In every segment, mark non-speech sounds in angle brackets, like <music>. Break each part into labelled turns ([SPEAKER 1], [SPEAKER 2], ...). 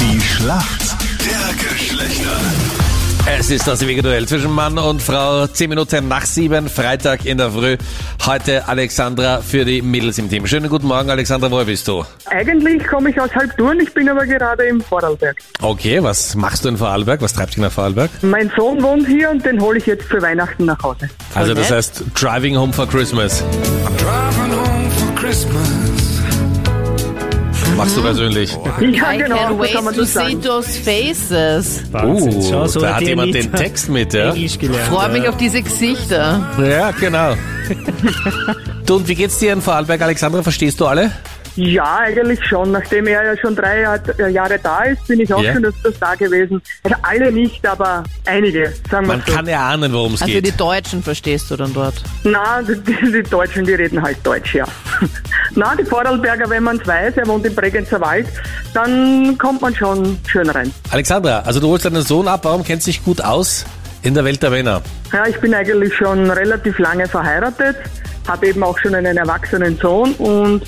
[SPEAKER 1] Die Schlacht der Geschlechter.
[SPEAKER 2] Es ist das ewige Duell zwischen Mann und Frau. Zehn Minuten nach sieben, Freitag in der Früh. Heute Alexandra für die Mädels im Team. Schönen guten Morgen, Alexandra, wo bist du?
[SPEAKER 3] Eigentlich komme ich aus Halbturn, ich bin aber gerade im Vorarlberg.
[SPEAKER 2] Okay, was machst du in Vorarlberg? Was treibt dich nach Vorarlberg?
[SPEAKER 3] Mein Sohn wohnt hier und den hole ich jetzt für Weihnachten nach Hause.
[SPEAKER 2] Also das heißt Driving Home for Christmas.
[SPEAKER 4] Driving home for Christmas.
[SPEAKER 2] Machst du persönlich.
[SPEAKER 5] Oh,
[SPEAKER 3] Ja,
[SPEAKER 6] I
[SPEAKER 3] genau,
[SPEAKER 6] can't
[SPEAKER 3] so
[SPEAKER 6] wait
[SPEAKER 3] kann man
[SPEAKER 6] to
[SPEAKER 3] das
[SPEAKER 6] see
[SPEAKER 3] sagen.
[SPEAKER 6] those faces.
[SPEAKER 5] Wahnsinn, schau, so
[SPEAKER 2] Uh, Oh, da
[SPEAKER 5] hat
[SPEAKER 2] hat
[SPEAKER 5] die
[SPEAKER 2] jemand
[SPEAKER 5] Anita
[SPEAKER 2] den
[SPEAKER 5] <laughs>
[SPEAKER 2] Text mit, ja?
[SPEAKER 5] Englisch gelernt.
[SPEAKER 6] Freue mich auf diese Gesichter.
[SPEAKER 2] Ja,
[SPEAKER 5] <laughs>
[SPEAKER 2] genau. du, und wie geht's dir in Vorarlberg, Alexandra? Verstehst du alle?
[SPEAKER 3] Ja, eigentlich schon. Nachdem er ja schon drei Jahr- äh, Jahre da ist, bin ich auch
[SPEAKER 2] Ja.
[SPEAKER 3] schon öfters da gewesen. Also alle nicht, aber einige, sagen wir
[SPEAKER 2] Man
[SPEAKER 3] so.
[SPEAKER 2] kann erahnen, worum es
[SPEAKER 6] Also die
[SPEAKER 2] geht.
[SPEAKER 6] Deutschen verstehst du dann dort.
[SPEAKER 3] Na, die, die Deutschen, die reden halt
[SPEAKER 2] <laughs>
[SPEAKER 3] Deutsch, ja. Na, die Vorarlberger, wenn man es weiß, er wohnt im Bregenzer Wald, dann kommt man schon schön rein.
[SPEAKER 2] Alexandra, also du holst deinen Sohn ab. Warum kennst du dich gut aus in der Welt der Männer?
[SPEAKER 3] Ja, ich bin eigentlich schon relativ lange verheiratet, habe eben auch schon einen erwachsenen Sohn und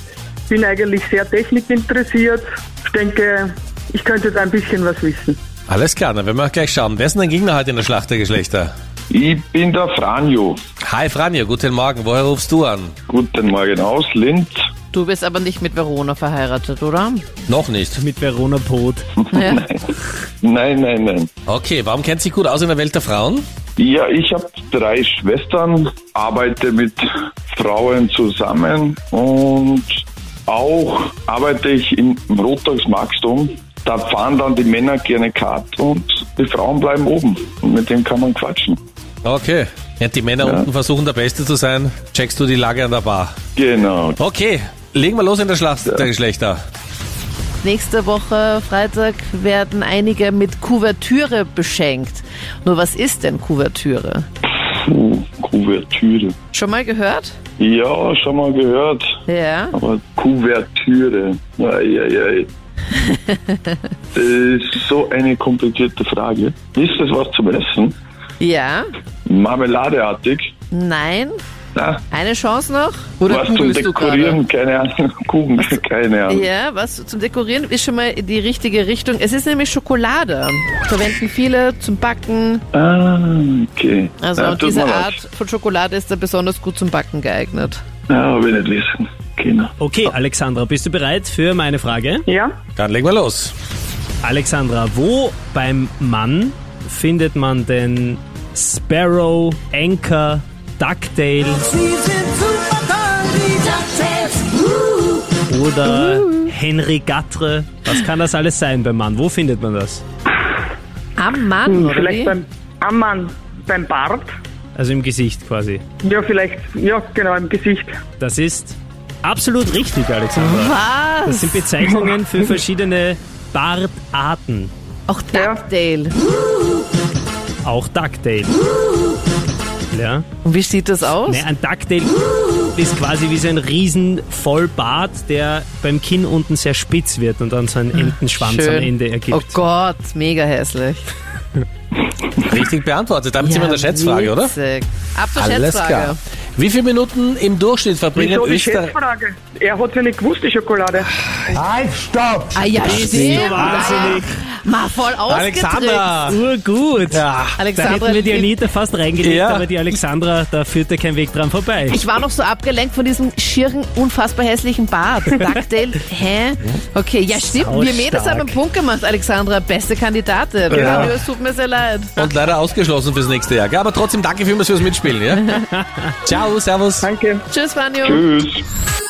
[SPEAKER 3] bin eigentlich sehr technikinteressiert. Ich denke, ich könnte da ein bisschen was wissen.
[SPEAKER 2] Alles klar, dann werden wir gleich schauen. Wer ist denn dein Gegner heute in der Schlacht der Geschlechter?
[SPEAKER 7] Ich bin der Franjo.
[SPEAKER 2] Hi Franjo, guten Morgen. Woher rufst du an?
[SPEAKER 7] Guten Morgen aus Linz.
[SPEAKER 6] Du bist aber nicht mit Verona verheiratet, oder?
[SPEAKER 2] Noch nicht.
[SPEAKER 5] Mit Verona Pot.
[SPEAKER 6] Ja.
[SPEAKER 7] Nein, nein, nein.
[SPEAKER 2] Okay, warum kennt sich gut aus in der Welt der Frauen?
[SPEAKER 7] Ja, ich habe drei Schwestern, arbeite mit Frauen zusammen und auch arbeite ich im Rotagsmarktsturm. Da fahren dann die Männer gerne Kart und die Frauen bleiben oben. Und mit dem kann man quatschen.
[SPEAKER 2] Okay. Während die Männer unten versuchen, der Beste zu sein, checkst du die Lage an der Bar.
[SPEAKER 7] Genau.
[SPEAKER 2] Okay, legen wir los in der Schlacht der Geschlechter.
[SPEAKER 6] Nächste Woche, Freitag, werden einige mit Kuvertüre beschenkt. Nur was ist denn Kuvertüre?
[SPEAKER 7] Puh, Kuvertüre.
[SPEAKER 6] Schon mal gehört?
[SPEAKER 7] Ja, schon mal gehört.
[SPEAKER 6] Ja.
[SPEAKER 7] Aber Kuvertüre. Eieiei.
[SPEAKER 6] <laughs>
[SPEAKER 7] das ist so eine komplizierte Frage. Ist das was zum Essen?
[SPEAKER 6] Ja?
[SPEAKER 7] Marmeladeartig?
[SPEAKER 6] Nein?
[SPEAKER 7] Na,
[SPEAKER 6] Eine Chance noch? Oder
[SPEAKER 7] was zum
[SPEAKER 6] googelst du gerade?
[SPEAKER 7] Dekorieren? Keine Ahnung. <laughs> Kuchen? Keine Ahnung.
[SPEAKER 6] Ja, was zum Dekorieren ist schon mal die richtige Richtung. Es ist nämlich Schokolade. Verwenden viele zum Backen.
[SPEAKER 7] Ah, okay.
[SPEAKER 6] Also
[SPEAKER 7] Na,
[SPEAKER 6] und
[SPEAKER 7] tut
[SPEAKER 6] diese
[SPEAKER 7] mir leid.
[SPEAKER 6] Art von Schokolade ist da besonders gut zum Backen geeignet.
[SPEAKER 7] Ja, hab ich nicht lesen. Genau.
[SPEAKER 5] Okay,
[SPEAKER 2] Ah.
[SPEAKER 5] Alexandra, bist du bereit für meine Frage?
[SPEAKER 3] Ja?
[SPEAKER 2] Dann legen wir los.
[SPEAKER 5] Alexandra, wo beim Mann findet man den Sparrow, Anchor, Ducktail oder
[SPEAKER 6] Uh.
[SPEAKER 5] Henry Gatre? Was kann das alles sein beim Mann? Wo findet man das?
[SPEAKER 6] Am Mann, oder
[SPEAKER 3] vielleicht
[SPEAKER 6] wie?
[SPEAKER 3] beim am Mann, beim Bart.
[SPEAKER 5] Also im Gesicht quasi.
[SPEAKER 3] Ja, vielleicht, ja, genau, im Gesicht.
[SPEAKER 5] Das ist absolut richtig, Alexandra. Das
[SPEAKER 6] Was?
[SPEAKER 5] sind Bezeichnungen
[SPEAKER 6] <laughs>
[SPEAKER 5] für verschiedene Bartarten.
[SPEAKER 6] Auch Ducktail.
[SPEAKER 5] Auch Ducktail. Ja.
[SPEAKER 6] Und wie sieht das aus?
[SPEAKER 5] Ne, ein Ducktail ist quasi wie so ein riesen Vollbart, der beim Kinn unten sehr spitz wird und dann so einen Entenschwanz am Ende ergibt.
[SPEAKER 6] Hm. Oh Gott, mega hässlich.
[SPEAKER 2] Richtig beantwortet. Damit sind wir in der Schätzfrage, oder?
[SPEAKER 6] witzig. Ab zur
[SPEAKER 2] Alles
[SPEAKER 6] Schätzfrage.
[SPEAKER 2] klar. Wie viele Minuten im Durchschnitt verbringen
[SPEAKER 3] Wieso die
[SPEAKER 2] Österreich?
[SPEAKER 3] Schätzfrage? Er hat ja nicht gewusst, die Schokolade.
[SPEAKER 6] Ah ja, stimmt.
[SPEAKER 5] wahnsinnig.
[SPEAKER 6] Mal voll ausgetrickst.
[SPEAKER 2] Alexandra!
[SPEAKER 5] Urgut.
[SPEAKER 2] Ja.
[SPEAKER 5] Da
[SPEAKER 6] Alexandra,
[SPEAKER 5] hätten wir die
[SPEAKER 6] lieb-
[SPEAKER 5] Anita fast reingelegt,
[SPEAKER 2] Ja.
[SPEAKER 5] aber die Alexandra, da führt ja kein Weg dran vorbei.
[SPEAKER 6] Ich war noch so abgelenkt von diesem schieren, unfassbar
[SPEAKER 2] <laughs>
[SPEAKER 6] hässlichen Bart. Ducktail, hä? Okay, ja stimmt, wir Mädels haben einen Punkt gemacht, Alexandra, beste Kandidatin.
[SPEAKER 2] Ja.
[SPEAKER 6] Es tut mir sehr leid.
[SPEAKER 2] Und leider ausgeschlossen fürs nächste Jahr. gell? Aber trotzdem danke vielmals fürs Mitspielen. Ja? Ciao, servus.
[SPEAKER 3] Danke.
[SPEAKER 6] Tschüss, Vanjo.
[SPEAKER 7] Tschüss.